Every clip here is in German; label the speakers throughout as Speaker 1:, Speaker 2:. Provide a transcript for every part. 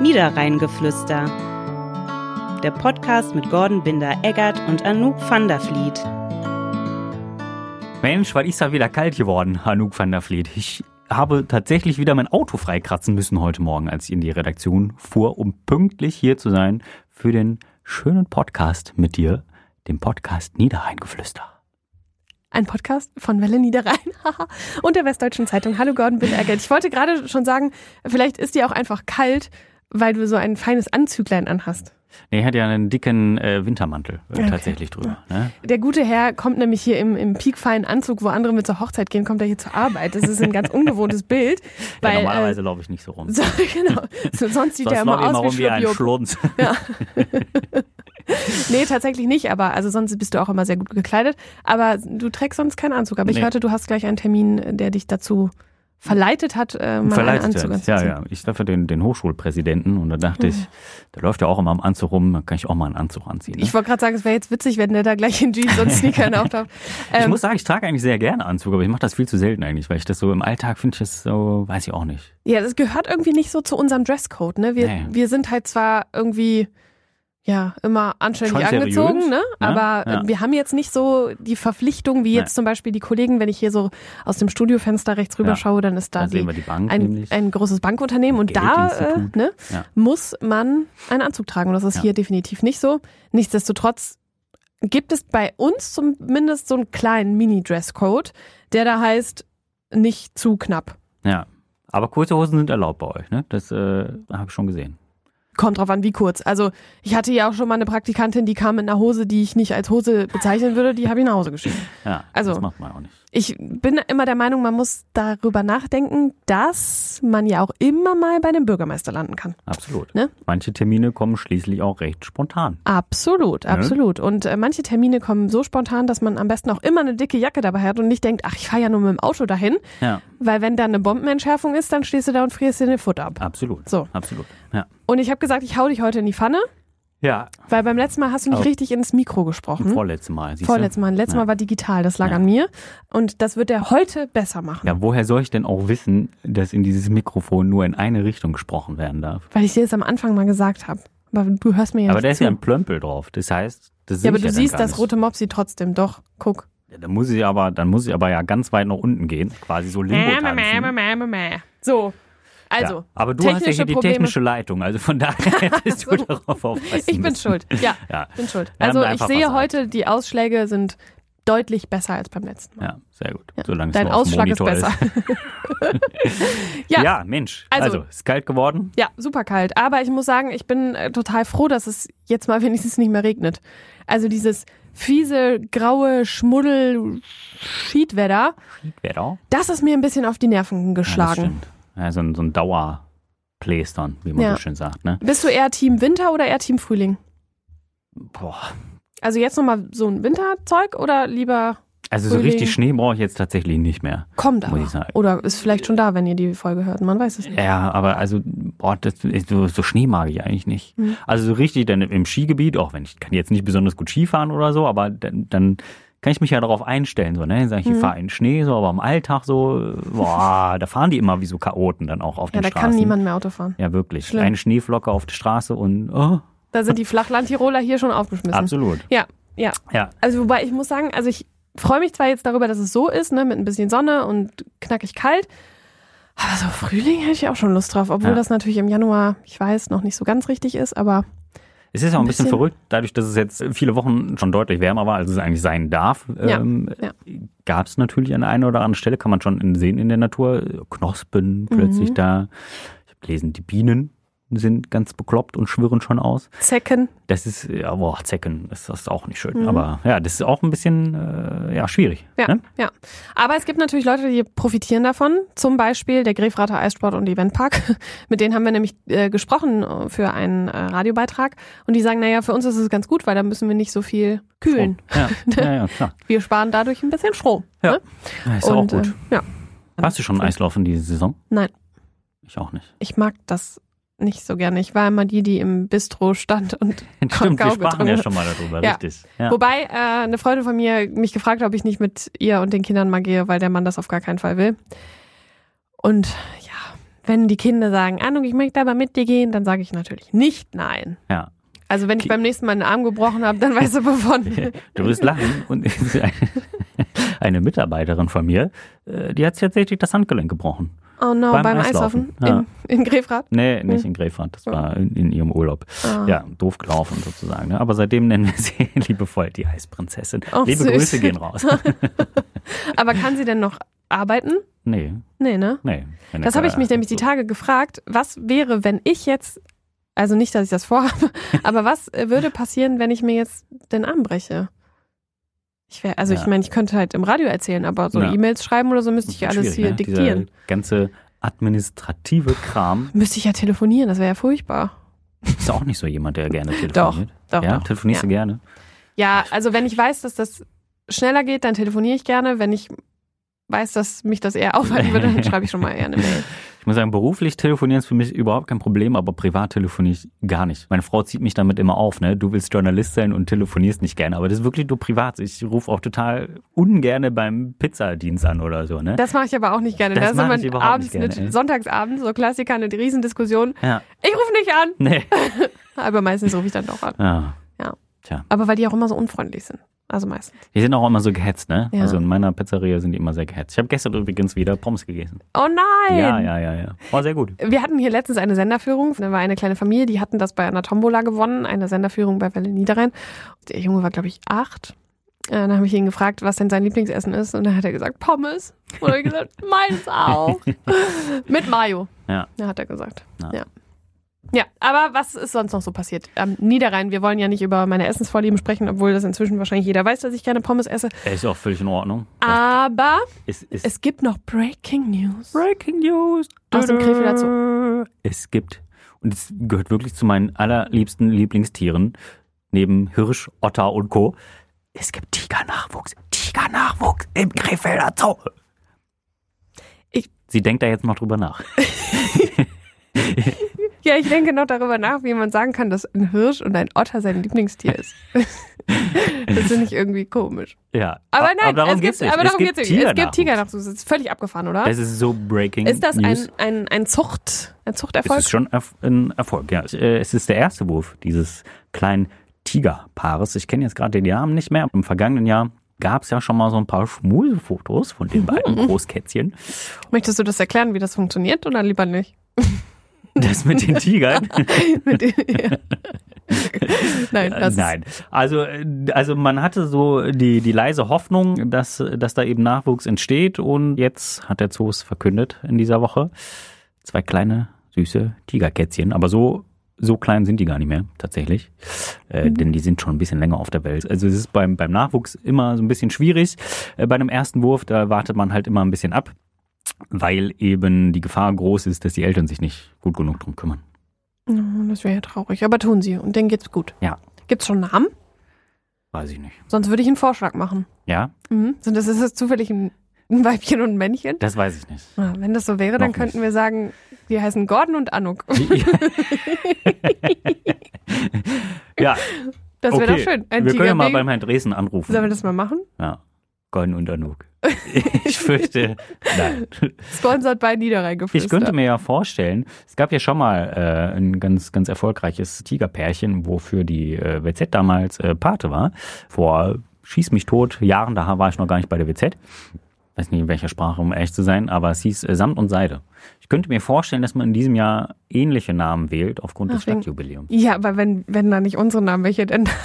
Speaker 1: Niederrheingeflüster. Der Podcast mit Gordon Binder-Eggert und Anouk van der Vliet.
Speaker 2: Mensch, was ist da wieder kalt geworden, Anouk van der Vliet. Ich habe tatsächlich wieder mein Auto freikratzen müssen heute Morgen, als ich in die Redaktion fuhr, um pünktlich hier zu sein für den schönen Podcast mit dir, dem Podcast Niederrheingeflüster.
Speaker 3: Ein Podcast von Welle Niederrhein und der Westdeutschen Zeitung. Hallo Gordon Binder-Eggert. Ich wollte gerade schon sagen, vielleicht ist dir auch einfach kalt, weil du so ein feines Anzüglein anhast.
Speaker 2: Nee, er hat ja einen dicken äh, Wintermantel äh,
Speaker 3: Okay.
Speaker 2: tatsächlich drüber. Ne?
Speaker 3: Der gute Herr kommt nämlich hier im, im piekfeinen Anzug, wo andere mit zur Hochzeit gehen, kommt er hier zur Arbeit. Das ist ein ganz ungewohntes Bild. Weil,
Speaker 2: ja, normalerweise laufe ich nicht so rum.
Speaker 3: Äh, so, genau. So, sonst sieht er
Speaker 2: Sonst
Speaker 3: immer
Speaker 2: laufe ich
Speaker 3: aus
Speaker 2: immer rum wie ein
Speaker 3: Schlurpjuck.
Speaker 2: Schlunz.
Speaker 3: Nee, tatsächlich nicht, aber also sonst bist du auch immer sehr gut gekleidet. Aber du trägst sonst keinen Anzug. Aber ich
Speaker 2: Nee.
Speaker 3: hörte, du hast gleich einen Termin, der dich dazu verleitet hat, äh, mal einen
Speaker 2: Verleitet
Speaker 3: Anzug
Speaker 2: jetzt. Ja, ja. Ich treffe den, den Hochschulpräsidenten und da dachte ich, der läuft ja auch immer im Anzug rum, dann kann ich auch mal einen Anzug anziehen. Ne?
Speaker 3: Ich wollte gerade sagen, es wäre jetzt witzig, wenn der da gleich in Jeans und Sneakern auftaucht.
Speaker 2: Ich
Speaker 3: Ähm,
Speaker 2: muss sagen, ich trage eigentlich sehr gerne Anzug, aber ich mache das viel zu selten eigentlich, weil ich das so im Alltag finde ich das so, weiß ich auch nicht.
Speaker 3: Ja, das gehört irgendwie nicht so zu unserem Dresscode, ne? Wir,
Speaker 2: Nee.
Speaker 3: wir sind halt zwar irgendwie ja immer anständig
Speaker 2: Schon seriös,
Speaker 3: angezogen, ne?
Speaker 2: ne?
Speaker 3: Aber äh,
Speaker 2: Ja.
Speaker 3: wir haben jetzt nicht so die Verpflichtung, wie jetzt
Speaker 2: Nee.
Speaker 3: zum Beispiel die Kollegen, wenn ich hier so aus dem Studiofenster rechts rüber
Speaker 2: Ja.
Speaker 3: schaue, dann ist da,
Speaker 2: Da
Speaker 3: die,
Speaker 2: sehen wir die Bank
Speaker 3: ein,
Speaker 2: nämlich.
Speaker 3: ein großes Bankunternehmen und da äh,
Speaker 2: Geldinstitut.
Speaker 3: ne,
Speaker 2: Ja.
Speaker 3: muss man einen Anzug tragen. Und das ist
Speaker 2: Ja.
Speaker 3: hier definitiv nicht so. Nichtsdestotrotz gibt es bei uns zumindest so einen kleinen Mini-Dresscode, der da heißt, nicht zu knapp.
Speaker 2: ja. Aber kurze Hosen sind erlaubt bei euch, ne? Das äh, habe ich schon gesehen.
Speaker 3: Kommt drauf an, wie kurz. Also ich hatte ja auch schon mal eine Praktikantin, die kam mit einer Hose, die ich nicht als Hose bezeichnen würde, die habe ich nach Hause geschickt.
Speaker 2: Ja,
Speaker 3: Also-
Speaker 2: das macht man auch nicht.
Speaker 3: Ich bin immer der Meinung, man muss darüber nachdenken, dass man ja auch immer mal bei dem Bürgermeister landen kann.
Speaker 2: Absolut.
Speaker 3: Ne?
Speaker 2: Manche Termine kommen schließlich auch recht spontan.
Speaker 3: Absolut,
Speaker 2: Ja.
Speaker 3: absolut. Und äh, manche Termine kommen so spontan, dass man am besten auch immer eine dicke Jacke dabei hat und nicht denkt, ach, ich fahre ja nur mit dem Auto dahin,
Speaker 2: Ja,
Speaker 3: weil wenn da eine Bombenentschärfung ist, dann stehst du da und frierst dir den Foot ab.
Speaker 2: absolut.
Speaker 3: So.
Speaker 2: Absolut. Ja.
Speaker 3: Und ich habe gesagt, ich hau dich heute in die Pfanne,
Speaker 2: Ja,
Speaker 3: weil beim letzten Mal hast du nicht
Speaker 2: Oh.
Speaker 3: richtig ins Mikro gesprochen.
Speaker 2: Hm? vorletztes Mal. siehst du?
Speaker 3: Vorletztes Mal. Letztes
Speaker 2: Ja.
Speaker 3: Mal war digital, das lag
Speaker 2: Ja.
Speaker 3: an mir. Und das wird er heute besser machen.
Speaker 2: Ja, woher soll ich denn auch wissen, dass in dieses Mikrofon nur in eine Richtung gesprochen werden darf?
Speaker 3: Weil ich dir das am Anfang mal gesagt habe. Aber du hörst mir ja
Speaker 2: Aber
Speaker 3: nicht
Speaker 2: da ist
Speaker 3: zu.
Speaker 2: ja ein Plömpel drauf. Das heißt, das
Speaker 3: ja, aber
Speaker 2: sehe ich ja
Speaker 3: du
Speaker 2: dann
Speaker 3: siehst
Speaker 2: gar
Speaker 3: das
Speaker 2: nicht.
Speaker 3: rote Mopsi trotzdem, doch. Guck.
Speaker 2: Ja, dann muss ich aber, dann muss ich aber ja ganz weit nach unten gehen, quasi so Limbo
Speaker 3: Mäh, mäh, mäh, mäh,
Speaker 2: tanzen.
Speaker 3: mäh, mäh, mäh. So. Also,
Speaker 2: ja. Ah, aber du hast ja hier
Speaker 3: technische
Speaker 2: die
Speaker 3: Probleme.
Speaker 2: technische Leitung, also von daher hättest du
Speaker 3: So.
Speaker 2: darauf aufpassen
Speaker 3: Ich bin
Speaker 2: müssen.
Speaker 3: schuld. Ja,
Speaker 2: Ja.
Speaker 3: bin schuld.
Speaker 2: Wir haben
Speaker 3: Also
Speaker 2: da
Speaker 3: ich
Speaker 2: einfach
Speaker 3: sehe
Speaker 2: versagt.
Speaker 3: heute, die Ausschläge sind deutlich besser als beim letzten Mal.
Speaker 2: Ja, sehr gut. Solange es
Speaker 3: Dein
Speaker 2: nur auf dem
Speaker 3: Ausschlag ist
Speaker 2: Monitor
Speaker 3: besser.
Speaker 2: Ja.
Speaker 3: Ja.
Speaker 2: Mensch.
Speaker 3: Also-
Speaker 2: Also, ist kalt geworden.
Speaker 3: Ja, super kalt. Aber ich muss sagen, ich bin äh, total froh, dass es jetzt mal wenigstens nicht mehr regnet. Also dieses fiese, graue Schmuddel Schiedwetter,
Speaker 2: Wer da?
Speaker 3: das ist mir ein bisschen auf die Nerven
Speaker 2: Ja, das
Speaker 3: geschlagen.
Speaker 2: stimmt. ja, so ein, so ein Dauerplästern, wie man
Speaker 3: Ja.
Speaker 2: so schön sagt. Ne?
Speaker 3: Bist du eher Team Winter oder eher Team Frühling?
Speaker 2: Boah.
Speaker 3: Also jetzt nochmal so ein Winterzeug oder lieber
Speaker 2: Also so
Speaker 3: Frühling.
Speaker 2: richtig Schnee brauche ich jetzt tatsächlich nicht mehr.
Speaker 3: kommt aber?
Speaker 2: Muss ich sagen.
Speaker 3: Oder ist vielleicht schon da, wenn ihr die Folge hört. Man weiß es nicht.
Speaker 2: Ja, aber also boah, das, ist so, so Schnee mag ich eigentlich nicht.
Speaker 3: Mhm.
Speaker 2: Also so richtig dann im Skigebiet, auch wenn ich kann jetzt nicht besonders gut Skifahren oder so, aber dann, dann kann ich mich ja darauf einstellen. So, ne? Dann sag ich, ich
Speaker 3: Mhm.
Speaker 2: fahre in den Schnee, so, aber im Alltag so, boah, da fahren die immer wie so Chaoten dann auch auf
Speaker 3: Ja,
Speaker 2: den
Speaker 3: da
Speaker 2: Straßen.
Speaker 3: kann niemand mehr Auto fahren.
Speaker 2: ja, wirklich.
Speaker 3: Schlimm.
Speaker 2: Eine Schneeflocke auf der Straße und oh,
Speaker 3: Da sind die Flachlandtiroler hier schon aufgeschmissen.
Speaker 2: absolut.
Speaker 3: Ja, ja.
Speaker 2: Ja,
Speaker 3: Also wobei ich muss sagen, also ich freue mich zwar jetzt darüber, dass es so ist, ne, mit ein bisschen Sonne und knackig kalt. Aber so Frühling hätte ich auch schon Lust drauf, obwohl
Speaker 2: Ja.
Speaker 3: das natürlich im Januar, ich weiß, noch nicht so ganz richtig ist, aber
Speaker 2: Es ist ja auch ein bisschen,
Speaker 3: bisschen-
Speaker 2: verrückt, dadurch, dass es jetzt viele Wochen schon deutlich wärmer war, als es eigentlich sein darf,
Speaker 3: Ja,
Speaker 2: ähm,
Speaker 3: ja.
Speaker 2: gab es natürlich an einer oder anderen Stelle, kann man schon in- sehen in der Natur, äh, Knospen
Speaker 3: Mhm.
Speaker 2: plötzlich da. Ich habe gelesen, die Bienen sind ganz bekloppt und schwirren schon aus.
Speaker 3: Zecken.
Speaker 2: Das ist, ja, boah, Zecken, das ist auch nicht schön. Aber ja, das ist auch ein bisschen äh, ja, schwierig.
Speaker 3: Mhm. Ja,
Speaker 2: Ne?
Speaker 3: ja. Aber es gibt natürlich Leute, die profitieren davon. Zum Beispiel der Grefrater Eissport und Eventpark. Mit denen haben wir nämlich äh, gesprochen äh, für einen äh, Radiobeitrag. Und die sagen, naja, für uns ist es ganz gut, weil da müssen wir nicht so viel kühlen.
Speaker 2: Oh, ja, ja, ja, klar.
Speaker 3: Wir sparen dadurch ein bisschen Strom.
Speaker 2: Ja.
Speaker 3: Ne?
Speaker 2: Ja, ist auch gut.
Speaker 3: Äh, ja,
Speaker 2: Warst du schon Eislaufen diese Saison?
Speaker 3: Nein.
Speaker 2: Ich auch nicht.
Speaker 3: ich mag das nicht so gerne. Ich war immer die, die im Bistro stand und
Speaker 2: Stimmt, wir
Speaker 3: Kakao
Speaker 2: sprachen ja
Speaker 3: getrunken.
Speaker 2: schon mal darüber,
Speaker 3: Ja.
Speaker 2: richtig. Ja.
Speaker 3: Wobei äh, eine Freundin von mir mich gefragt hat, ob ich nicht mit ihr und den Kindern mal gehe, weil der Mann das auf gar keinen Fall will. Und ja, Wenn die Kinder sagen, Ahnung, ich möchte aber mit dir gehen, dann sage ich natürlich nicht nein.
Speaker 2: Ja.
Speaker 3: Also wenn ich beim nächsten Mal einen Arm gebrochen habe, dann weißt du wovon.
Speaker 2: Du wirst lachen. Und eine Mitarbeiterin von mir, äh, die hat sich tatsächlich das Handgelenk gebrochen.
Speaker 3: Oh no, beim,
Speaker 2: Beim
Speaker 3: Eislaufen,
Speaker 2: Eislaufen, ja.
Speaker 3: in, in Grefrath.
Speaker 2: Nee, nicht in Grefrath, das war in, in ihrem Urlaub.
Speaker 3: Hm. Ah.
Speaker 2: Ja, doof gelaufen sozusagen. Ne? Aber seitdem nennen wir sie liebevoll die Eisprinzessin.
Speaker 3: Ach,
Speaker 2: Liebe
Speaker 3: süß.
Speaker 2: Grüße gehen raus.
Speaker 3: Aber kann sie denn noch arbeiten?
Speaker 2: Nee,
Speaker 3: Nee, ne?
Speaker 2: nee. Wenn
Speaker 3: Das
Speaker 2: der
Speaker 3: habe ich
Speaker 2: Kerl-
Speaker 3: mich nämlich die Tage gefragt. Was wäre, wenn ich jetzt, also nicht, dass ich das vorhabe, aber was äh, würde passieren, wenn ich mir jetzt den Arm breche? Ich wäre, also ich
Speaker 2: Ja.
Speaker 3: meine, ich könnte halt im Radio erzählen, aber so
Speaker 2: Ja.
Speaker 3: E-Mails schreiben oder so müsste
Speaker 2: Das
Speaker 3: ich
Speaker 2: wird
Speaker 3: alles
Speaker 2: schwierig,
Speaker 3: hier
Speaker 2: ne?
Speaker 3: diktieren.
Speaker 2: Dieser ganze administrative Kram
Speaker 3: Müsste ich ja telefonieren, das wäre ja furchtbar.
Speaker 2: ist auch nicht so jemand, der gerne telefoniert.
Speaker 3: Doch,
Speaker 2: ja,
Speaker 3: doch.
Speaker 2: telefonierst
Speaker 3: ja.
Speaker 2: du gerne.
Speaker 3: ja, also wenn ich weiß, dass das schneller geht, dann telefoniere ich gerne. Wenn ich weiß, dass mich das eher aufhalten würde, dann schreibe ich schon mal eher eine Mail.
Speaker 2: Ich muss sagen, beruflich telefonieren ist für mich überhaupt kein Problem, aber privat telefoniere ich gar nicht. Meine Frau zieht mich damit immer auf, ne? Du willst Journalist sein und telefonierst nicht gerne, aber das ist wirklich nur privat. Ich rufe auch total ungerne beim Pizzadienst an oder so, ne?
Speaker 3: Das mache ich aber auch nicht gerne.
Speaker 2: Das
Speaker 3: da
Speaker 2: mache
Speaker 3: sind
Speaker 2: ich
Speaker 3: wir
Speaker 2: überhaupt
Speaker 3: abends,
Speaker 2: nicht gerne,
Speaker 3: mit,
Speaker 2: ey.
Speaker 3: sonntagsabends, so Klassiker, eine Riesendiskussion.
Speaker 2: ja.
Speaker 3: Ich rufe nicht an.
Speaker 2: Nee.
Speaker 3: Aber meistens rufe ich dann doch an.
Speaker 2: Ja.
Speaker 3: Aber weil die auch immer so unfreundlich sind. Also meistens.
Speaker 2: Die sind auch immer so gehetzt, ne?
Speaker 3: Ja.
Speaker 2: Also in meiner Pizzeria sind die immer sehr gehetzt. Ich habe gestern übrigens wieder Pommes gegessen.
Speaker 3: Oh nein!
Speaker 2: Ja, ja, ja, ja. War sehr gut.
Speaker 3: Wir hatten hier letztens eine Senderführung. Da war eine kleine Familie, die hatten das bei einer Tombola gewonnen, eine Senderführung bei Welle Niederrhein. Der Junge war, glaube ich, acht. Äh, Dann habe ich ihn gefragt, was denn sein Lieblingsessen ist. Und dann hat er gesagt, Pommes. Und dann habe ich gesagt, meins auch. Mit Mayo.
Speaker 2: Ja.
Speaker 3: Ja, hat er gesagt.
Speaker 2: Ja.
Speaker 3: Ja. ja, aber was ist sonst noch so passiert? Am Niederrhein, wir wollen ja nicht über meine Essensvorlieben sprechen, obwohl das inzwischen wahrscheinlich jeder weiß, dass ich gerne Pommes esse.
Speaker 2: Ist auch völlig in Ordnung.
Speaker 3: Aber
Speaker 2: Ah. Es ist
Speaker 3: es gibt noch Breaking News.
Speaker 2: Breaking News.
Speaker 3: Aus dem Krefelder
Speaker 2: dazu. Es gibt, und es gehört wirklich zu meinen allerliebsten Lieblingstieren, neben Hirsch, Otter und Co. Es gibt Tigernachwuchs. Tigernachwuchs im Krefelder Zoo.
Speaker 3: Ich-
Speaker 2: Sie denkt da jetzt noch drüber nach.
Speaker 3: Ja, ich denke noch darüber nach, wie man sagen kann, dass ein Hirsch und ein Otter sein Lieblingstier ist. das finde ich irgendwie komisch.
Speaker 2: Ja.
Speaker 3: Aber nein,
Speaker 2: darum
Speaker 3: es,
Speaker 2: geht's
Speaker 3: gibt,
Speaker 2: nicht.
Speaker 3: aber
Speaker 2: es
Speaker 3: darum
Speaker 2: gibt
Speaker 3: geht's nicht. Es gibt
Speaker 2: Tigernachwuchs.
Speaker 3: Tigernachwuchs. Das ist völlig abgefahren, oder?
Speaker 2: Das ist so Breaking
Speaker 3: ist das
Speaker 2: News.
Speaker 3: ein, ein, ein Zucht, ein
Speaker 2: Es
Speaker 3: Zuchterfolg?
Speaker 2: ist schon erf- ein Erfolg, ja. Es- äh, Es ist der erste Wurf dieses kleinen Tigerpaares. Ich kenne jetzt gerade den Namen nicht mehr. Im vergangenen Jahr gab es ja schon mal so ein paar Schmusefotos von den beiden Großkätzchen.
Speaker 3: Möchtest du das erklären, wie das funktioniert oder lieber nicht?
Speaker 2: Das mit den Tigern.
Speaker 3: Mit- ja. Nein, das
Speaker 2: Äh, Nein. Also, äh, also man hatte so die, die leise Hoffnung, dass, dass da eben Nachwuchs entsteht. Und jetzt hat der Zoo es verkündet in dieser Woche. Zwei kleine, süße Tigerkätzchen. Aber so, so klein sind die gar nicht mehr, tatsächlich. Äh, Denn die sind schon ein bisschen länger auf der Welt. Also es ist beim, beim Nachwuchs immer so ein bisschen schwierig. Äh, bei einem ersten Wurf, da wartet man halt immer ein bisschen ab. Weil eben die Gefahr groß ist, dass die Eltern sich nicht gut genug drum kümmern.
Speaker 3: ist, Oh, das wäre ja traurig. Aber tun sie und denen geht's gut.
Speaker 2: Ja.
Speaker 3: Gibt's schon Namen?
Speaker 2: Weiß ich nicht.
Speaker 3: Sonst würde ich einen Vorschlag machen.
Speaker 2: Ja,
Speaker 3: Mhm. Sind das ist das zufällig ein ein Weibchen und ein Männchen?
Speaker 2: das weiß ich nicht.
Speaker 3: Ah, Wenn das so wäre, dann
Speaker 2: Noch
Speaker 3: könnten wir sagen, die heißen Gordon und Anuk.
Speaker 2: ja,
Speaker 3: Das wäre
Speaker 2: okay.
Speaker 3: doch schön. Ein
Speaker 2: wir können ja mal
Speaker 3: Tigerbaby.
Speaker 2: beim Herrn Dresen anrufen.
Speaker 3: Sollen wir das mal machen?
Speaker 2: ja, Gordon und Anouk. Ich fürchte, nein.
Speaker 3: Sponsored bei Niederrheingeflüster.
Speaker 2: Ich könnte mir ja vorstellen, es gab ja schon mal äh, ein ganz, ganz erfolgreiches Tigerpärchen, wofür die äh, WZ damals äh, Pate war. Vor Schieß mich tot Jahren, da war ich noch gar nicht bei der WZ. Weiß nicht, in welcher Sprache, um ehrlich zu sein, aber es hieß äh, Samt und Seide. Ich könnte mir vorstellen, dass man in diesem Jahr ähnliche Namen wählt aufgrund des
Speaker 3: Ach, Ah, wegen-
Speaker 2: Stadtjubiläums.
Speaker 3: Ja, aber wenn, wenn da nicht unsere Namen, welche denn?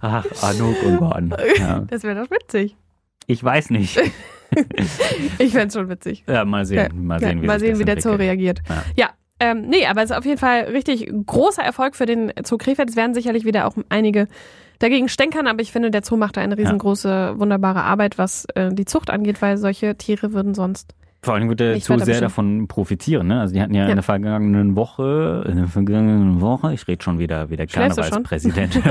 Speaker 2: Ach, Anouk und Gordon. Ja.
Speaker 3: Das wäre doch witzig.
Speaker 2: Ich weiß nicht.
Speaker 3: Ich fände es schon witzig.
Speaker 2: Ja, mal
Speaker 3: Ja,
Speaker 2: sehen. Mal sehen,
Speaker 3: ja,
Speaker 2: wie,
Speaker 3: mal
Speaker 2: sich
Speaker 3: sehen,
Speaker 2: das
Speaker 3: wie der Zoo
Speaker 2: entwickelt.
Speaker 3: reagiert. Ja.
Speaker 2: Ja.
Speaker 3: ähm, nee, aber es ist auf jeden Fall richtig großer Erfolg für den Zoo Krefeld. Es werden sicherlich wieder auch einige dagegen stänkern, aber ich finde, der Zoo macht da eine riesengroße, wunderbare Arbeit, was äh, die Zucht angeht, weil solche Tiere würden sonst
Speaker 2: Vor allem wird der
Speaker 3: Ich
Speaker 2: Zoo
Speaker 3: werde
Speaker 2: sehr
Speaker 3: bestimmt-
Speaker 2: davon profitieren. Ne? Also die hatten ja,
Speaker 3: Ja.
Speaker 2: in der vergangenen Woche, in der vergangenen Woche, ich rede schon wieder wie der
Speaker 3: Schläfst du
Speaker 2: Karnevalspräsident.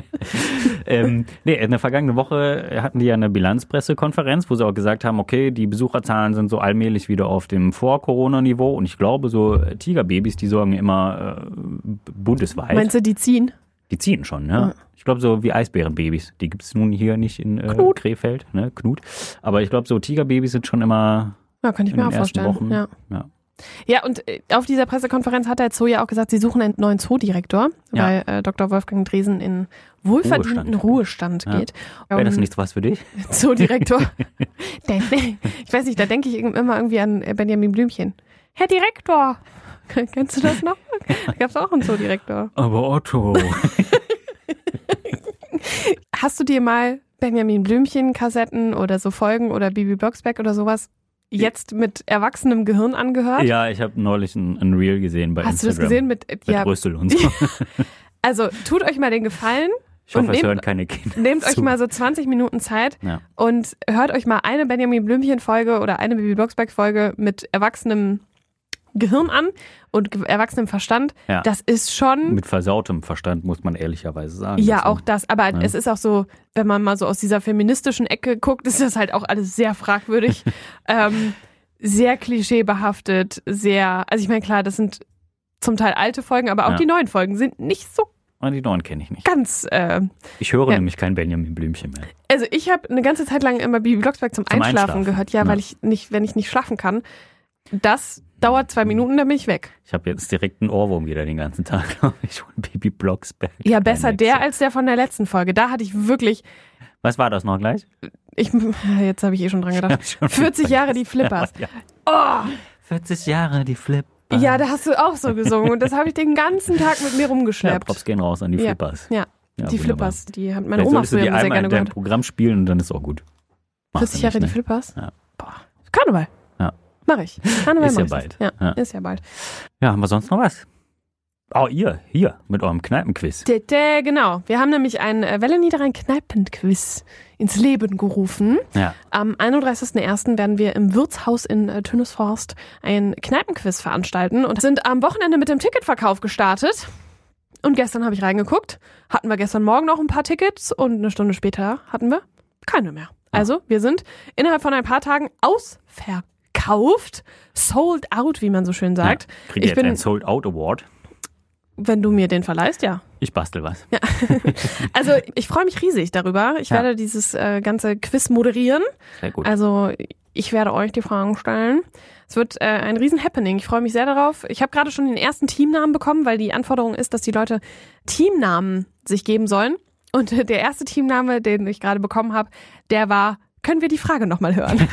Speaker 2: ähm, nee, in der vergangenen Woche hatten die ja eine Bilanzpressekonferenz, wo sie auch gesagt haben, okay, die Besucherzahlen sind so allmählich wieder auf dem Vor-Corona-Niveau und ich glaube, so Tigerbabys, die sorgen immer äh, bundesweit.
Speaker 3: Meinst du, die ziehen?
Speaker 2: Die ziehen schon, ne? Ich glaube, so wie Eisbärenbabys. Die gibt's nun hier nicht in äh,
Speaker 3: Knut.
Speaker 2: Krefeld, ne? Knut. Aber ich glaube, so Tigerbabys sind schon immer
Speaker 3: Ja, kann ich
Speaker 2: in
Speaker 3: mir auch
Speaker 2: den ersten
Speaker 3: vorstellen.
Speaker 2: Wochen.
Speaker 3: Ja.
Speaker 2: Ja.
Speaker 3: ja, und äh, auf dieser Pressekonferenz hat der Zoo ja auch gesagt, sie suchen einen neuen Zoodirektor,
Speaker 2: Ja.
Speaker 3: weil äh, Dr. Wolfgang Dresen in wohlverdienten Ruhestand,
Speaker 2: Ja.
Speaker 3: geht.
Speaker 2: Wäre das
Speaker 3: Ähm,
Speaker 2: nichts was für dich?
Speaker 3: Zoodirektor. Der- ich weiß nicht, da denke ich immer irgendwie an äh, Benjamin Blümchen. Herr Direktor! Kennst du das noch? Da gab es auch einen Zoodirektor.
Speaker 2: Aber Otto.
Speaker 3: Hast du dir mal Benjamin Blümchen-Kassetten oder so Folgen oder Bibi Blocksberg oder sowas jetzt mit erwachsenem Gehirn angehört?
Speaker 2: ja, ich habe neulich ein, ein Reel gesehen bei
Speaker 3: Hast du das
Speaker 2: Instagram.
Speaker 3: gesehen mit. äh,
Speaker 2: Mit
Speaker 3: Ja,
Speaker 2: Röstel und so.
Speaker 3: also tut euch mal den Gefallen,
Speaker 2: Ich hoffe,
Speaker 3: Und
Speaker 2: es
Speaker 3: nehmt-
Speaker 2: hören keine Kinder.
Speaker 3: nehmt euch
Speaker 2: zu.
Speaker 3: mal so 20 Minuten Zeit
Speaker 2: Ja.
Speaker 3: und hört euch mal eine Benjamin Blümchen-Folge oder eine Bibi Blocksberg-Folge mit erwachsenem Gehirn an und ge- erwachsenem Verstand.
Speaker 2: Ja.
Speaker 3: Das ist schon.
Speaker 2: Mit versautem Verstand, muss man ehrlicherweise sagen.
Speaker 3: ja,
Speaker 2: Also,
Speaker 3: auch das. Aber
Speaker 2: Ja.
Speaker 3: es ist auch so, wenn man mal so aus dieser feministischen Ecke guckt, ist das halt auch alles sehr fragwürdig, ähm, sehr klischeebehaftet, sehr. Also ich meine, klar, das sind zum Teil alte Folgen, aber auch
Speaker 2: Ja.
Speaker 3: die neuen Folgen sind nicht so
Speaker 2: Ah, Die neuen kenne ich nicht.
Speaker 3: ganz. Äh,
Speaker 2: Ich höre
Speaker 3: Ja.
Speaker 2: nämlich kein Benjamin Blümchen mehr.
Speaker 3: also ich habe eine ganze Zeit lang immer Bibi Blocksberg zum,
Speaker 2: Zum
Speaker 3: Einschlafen,
Speaker 2: Einschlafen,
Speaker 3: gehört, ja,
Speaker 2: ja.
Speaker 3: weil ich nicht, wenn ich nicht schlafen kann, das dauert zwei Minuten, dann bin ich weg.
Speaker 2: Ich habe jetzt direkt einen Ohrwurm wieder den ganzen Tag, glaube ich, von Bibi Blocksberg.
Speaker 3: Ja, besser
Speaker 2: Hexe.
Speaker 3: der als der von der letzten Folge. Da hatte ich wirklich,
Speaker 2: Was war das noch gleich?
Speaker 3: ich, jetzt habe ich eh schon dran gedacht.
Speaker 2: Ich hab schon
Speaker 3: 40 Jahre die Flippers. Oh,
Speaker 2: Ah. 40 Jahre, die Flip.
Speaker 3: Ja, da hast du auch so gesungen und das habe ich den ganzen Tag mit mir
Speaker 2: ja,
Speaker 3: rumgeschleppt.
Speaker 2: Props gehen raus an die
Speaker 3: Ja.
Speaker 2: Flippers.
Speaker 3: Ja,
Speaker 2: Ja,
Speaker 3: die
Speaker 2: wunderbar.
Speaker 3: Flippers, die hat meine
Speaker 2: Vielleicht
Speaker 3: Oma
Speaker 2: solltest du die
Speaker 3: früher immer sehr
Speaker 2: einmal
Speaker 3: gerne
Speaker 2: in deinem
Speaker 3: gehört.
Speaker 2: Programm spielen und dann ist auch gut. Machst
Speaker 3: 40
Speaker 2: du
Speaker 3: Jahre die
Speaker 2: nicht, ne?
Speaker 3: Flippers?
Speaker 2: Ja.
Speaker 3: Boah, Karneval.
Speaker 2: Ja.
Speaker 3: Mach ich. Karneval
Speaker 2: Ist
Speaker 3: mach
Speaker 2: ja
Speaker 3: ich das.
Speaker 2: bald.
Speaker 3: Ja,
Speaker 2: Ja.
Speaker 3: ist ja bald.
Speaker 2: ne? Ja, haben wir sonst noch was? Oh, ihr, hier, mit eurem Kneipenquiz.
Speaker 3: Tete, genau. Wir haben nämlich ein äh, Welle Niederrhein Kneipenquiz ins Leben gerufen.
Speaker 2: Ja.
Speaker 3: Am 31.01. werden wir im Wirtshaus in äh, Tönnesforst ein Kneipenquiz veranstalten und sind am Wochenende mit dem Ticketverkauf gestartet. Und gestern habe ich reingeguckt. Hatten wir gestern Morgen noch ein paar Tickets und eine Stunde später hatten wir keine mehr. Also, wir sind innerhalb von ein paar Tagen ausverkauft, sold out, wie man so schön sagt.
Speaker 2: Ja, kriegt ihr
Speaker 3: Ich
Speaker 2: jetzt
Speaker 3: bin-
Speaker 2: einen Sold Out Award.
Speaker 3: Wenn du mir den verleihst, ja.
Speaker 2: Ich bastel was.
Speaker 3: Also ich freue mich riesig darüber. Ich
Speaker 2: Ja.
Speaker 3: werde dieses äh, ganze Quiz moderieren.
Speaker 2: Sehr gut.
Speaker 3: Also ich werde euch die Fragen stellen. Es wird äh, ein Riesen-Happening. Ich freue mich sehr darauf. Ich habe gerade schon den ersten Teamnamen bekommen, weil die Anforderung ist, dass die Leute Teamnamen sich geben sollen. Und äh, der erste Teamname, den ich gerade bekommen habe, der war, können wir die Frage nochmal hören?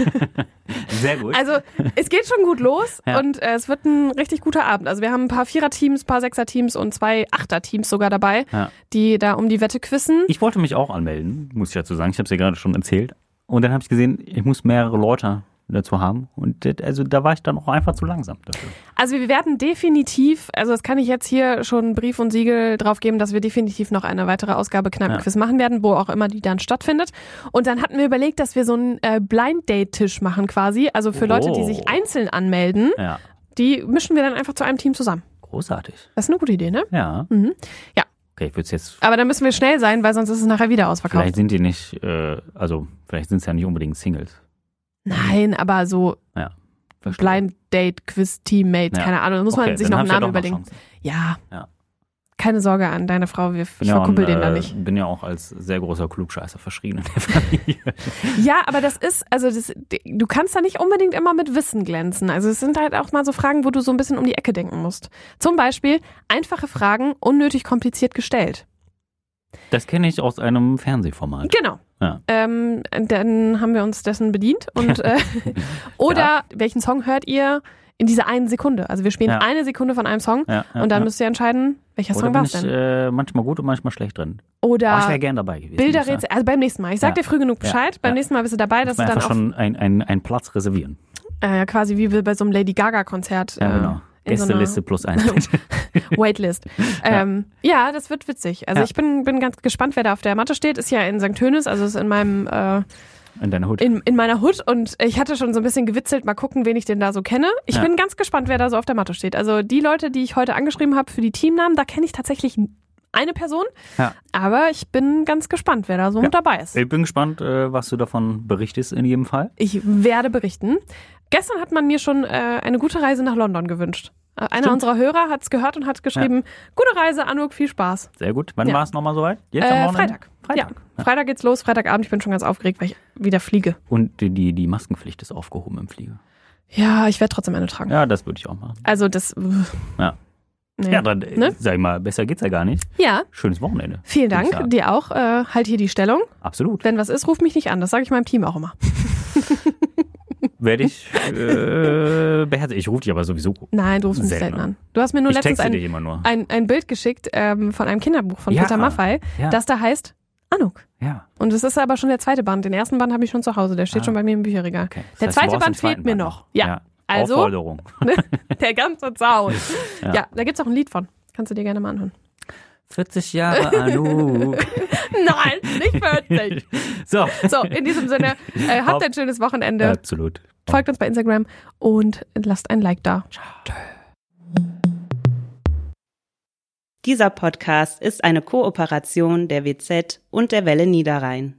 Speaker 2: Sehr gut.
Speaker 3: Also es geht schon gut los
Speaker 2: Ja.
Speaker 3: und äh, es wird ein richtig guter Abend. Also wir haben ein paar Vierer-Teams, ein paar Sechser-Teams und zwei Achter-Teams sogar dabei,
Speaker 2: Ja.
Speaker 3: die da um die Wette quissen.
Speaker 2: ich wollte mich auch anmelden, muss ich dazu sagen. Ich habe es ja gerade schon erzählt. Und dann habe ich gesehen, ich muss mehrere Leute dazu haben. Und das, also da war ich dann auch einfach zu langsam dafür.
Speaker 3: Also wir werden definitiv, also das kann ich jetzt hier schon Brief und Siegel drauf geben, dass wir definitiv noch eine weitere Ausgabe Kneipenquiz machen werden, wo auch immer die dann stattfindet. Und dann hatten wir überlegt, dass wir so einen äh, Blind Date Tisch machen quasi, also für Leute, die
Speaker 2: Oh.
Speaker 3: sich einzeln anmelden,
Speaker 2: Ja,
Speaker 3: die mischen wir dann einfach zu einem Team zusammen.
Speaker 2: großartig.
Speaker 3: Das ist eine gute Idee, ne?
Speaker 2: Ja.
Speaker 3: Mhm. Ja.
Speaker 2: Okay, ich würde es jetzt.
Speaker 3: Aber dann müssen wir schnell sein, weil sonst ist es nachher wieder
Speaker 2: Vielleicht
Speaker 3: ausverkauft.
Speaker 2: sind die nicht, äh, also vielleicht sind es ja nicht unbedingt Singles.
Speaker 3: Nein, aber so
Speaker 2: Verstehe.
Speaker 3: Blind Date Quiz Teammates,
Speaker 2: Ja.
Speaker 3: keine Ahnung, da muss man
Speaker 2: Okay,
Speaker 3: sich noch
Speaker 2: dann
Speaker 3: einen
Speaker 2: hab's ja
Speaker 3: Namen
Speaker 2: doch noch
Speaker 3: überlegen.
Speaker 2: Chancen.
Speaker 3: Ja.
Speaker 2: Ja.
Speaker 3: Keine Sorge an deine Frau, wir
Speaker 2: Bin ja, auch ein,
Speaker 3: verkuppeln den da
Speaker 2: äh,
Speaker 3: nicht.
Speaker 2: bin ja auch als sehr großer Klugscheißer verschrien in der Familie.
Speaker 3: Ja, aber das ist, also das, du kannst da nicht unbedingt immer mit Wissen glänzen. Also es sind halt auch mal so Fragen, wo du so ein bisschen um die Ecke denken musst. Zum Beispiel einfache Fragen unnötig kompliziert gestellt.
Speaker 2: Das kenne ich aus einem Fernsehformat.
Speaker 3: Genau.
Speaker 2: Ja.
Speaker 3: Ähm, dann haben wir uns dessen bedient. Und, äh, oder welchen Song hört ihr in dieser einen Sekunde? Also wir spielen
Speaker 2: Ja.
Speaker 3: eine Sekunde von einem Song
Speaker 2: Ja, ja,
Speaker 3: und dann
Speaker 2: ja.
Speaker 3: müsst ihr entscheiden, welcher
Speaker 2: Oder
Speaker 3: Song
Speaker 2: bin
Speaker 3: war es
Speaker 2: ich
Speaker 3: denn.
Speaker 2: äh, manchmal gut und manchmal schlecht drin. Oh, ich
Speaker 3: Oder
Speaker 2: wäre gern dabei gewesen. muss ich sagen.
Speaker 3: Bilderrätsel, also beim nächsten Mal. Ich sag
Speaker 2: Ja.
Speaker 3: dir früh genug
Speaker 2: Ja.
Speaker 3: Bescheid. Beim
Speaker 2: Ja.
Speaker 3: nächsten Mal bist du dabei,
Speaker 2: Muss
Speaker 3: dass du
Speaker 2: man
Speaker 3: dann
Speaker 2: einfach
Speaker 3: auch
Speaker 2: schon ein- ein- einen Platz reservieren.
Speaker 3: äh, quasi wie bei so einem Lady Gaga-Konzert.
Speaker 2: Ja,
Speaker 3: äh,
Speaker 2: genau.
Speaker 3: in so einer-
Speaker 2: Gästeliste plus eins.
Speaker 3: Waitlist. Ähm, ja, das wird witzig. Also
Speaker 2: Ja.
Speaker 3: ich bin, bin ganz gespannt, wer da auf der Matte steht. Ist ja in St. Tönis, also ist in meinem äh,
Speaker 2: in deiner Hut.
Speaker 3: in, in meiner Hut und ich hatte schon so ein bisschen gewitzelt, mal gucken, wen ich denn da so kenne. Ich
Speaker 2: Ja.
Speaker 3: bin ganz gespannt, wer da so auf der Matte steht. Also die Leute, die ich heute angeschrieben habe für die Teamnamen, da kenne ich tatsächlich eine Person.
Speaker 2: Ja.
Speaker 3: Aber ich bin ganz gespannt, wer da so mit dabei ist.
Speaker 2: Ich bin gespannt, äh, was du davon berichtest in jedem Fall.
Speaker 3: Ich werde berichten. Gestern hat man mir schon äh, eine gute Reise nach London gewünscht. Äh, Einer
Speaker 2: Stimmt.
Speaker 3: unserer Hörer hat es gehört und hat geschrieben, gute Reise, Anuk, viel Spaß.
Speaker 2: Sehr gut. Wann
Speaker 3: Ja.
Speaker 2: war es nochmal soweit? Jetzt
Speaker 3: Äh,
Speaker 2: am Wochenende?
Speaker 3: Freitag.
Speaker 2: Freitag.
Speaker 3: Ja. Freitag geht's los, Freitagabend. Ich bin schon ganz aufgeregt, weil ich wieder fliege.
Speaker 2: Und die, die, die Maskenpflicht ist aufgehoben im Flieger.
Speaker 3: Ja, ich werde trotzdem eine tragen.
Speaker 2: Ja, das würde ich auch machen.
Speaker 3: Also das.
Speaker 2: Ja.
Speaker 3: Nee.
Speaker 2: Ja, dann äh,
Speaker 3: Ne?
Speaker 2: sag ich mal, besser geht's ja gar nicht.
Speaker 3: ja,
Speaker 2: Schönes Wochenende.
Speaker 3: vielen
Speaker 2: Würde ich
Speaker 3: Dank.
Speaker 2: sagen.
Speaker 3: Dir auch. Äh, halt hier die Stellung.
Speaker 2: Absolut.
Speaker 3: Wenn was ist, ruf mich nicht an. Das sage ich meinem Team auch immer.
Speaker 2: Werde ich äh, beherzigen. Ich rufe dich aber sowieso.
Speaker 3: Nein, du rufst mich
Speaker 2: Selten.
Speaker 3: selten an. Du hast mir nur
Speaker 2: genau. ich
Speaker 3: letztens
Speaker 2: texte
Speaker 3: ein,
Speaker 2: dich immer nur.
Speaker 3: ein, ein Bild geschickt ähm, von einem Kinderbuch von
Speaker 2: Ja.
Speaker 3: Peter Maffay,
Speaker 2: Ja.
Speaker 3: das da heißt Anuk.
Speaker 2: ja.
Speaker 3: Und es ist aber schon der zweite Band. Den ersten Band habe ich schon zu Hause. Der steht
Speaker 2: Ah.
Speaker 3: schon bei mir im Bücherregal.
Speaker 2: Okay.
Speaker 3: Der
Speaker 2: Das heißt, du
Speaker 3: zweite
Speaker 2: brauchst den
Speaker 3: Band fehlt
Speaker 2: zweiten
Speaker 3: mir
Speaker 2: Band
Speaker 3: noch. Ja. Also-
Speaker 2: Aufforderung.
Speaker 3: Der ganze Zaun.
Speaker 2: Ja.
Speaker 3: Ja, da gibt's auch ein Lied von. Kannst du dir gerne mal anhören.
Speaker 2: 40 Jahre Anu.
Speaker 3: Nein, nicht 40.
Speaker 2: so.
Speaker 3: So, in diesem Sinne, äh, habt ein schönes Wochenende.
Speaker 2: Absolut.
Speaker 3: Folgt uns bei Instagram und lasst ein Like da.
Speaker 1: Dieser Podcast ist eine Kooperation der WZ und der Welle Niederrhein.